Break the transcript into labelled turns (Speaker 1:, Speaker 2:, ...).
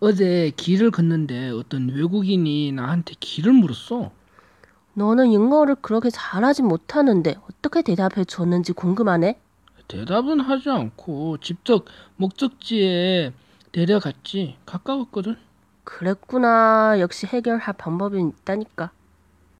Speaker 1: 어제 길을 걷는데 어떤 외국인이 나한테 길을 물었어.
Speaker 2: 너는 영어를 그렇게 잘하지 못하는데 어떻게 대답해 줬는지 궁금하네.
Speaker 1: 대답은 하지 않고 직접 목적지에 데려갔지. 가까웠거든.
Speaker 2: 그랬구나. 역시 해결할 방법이 있다니까.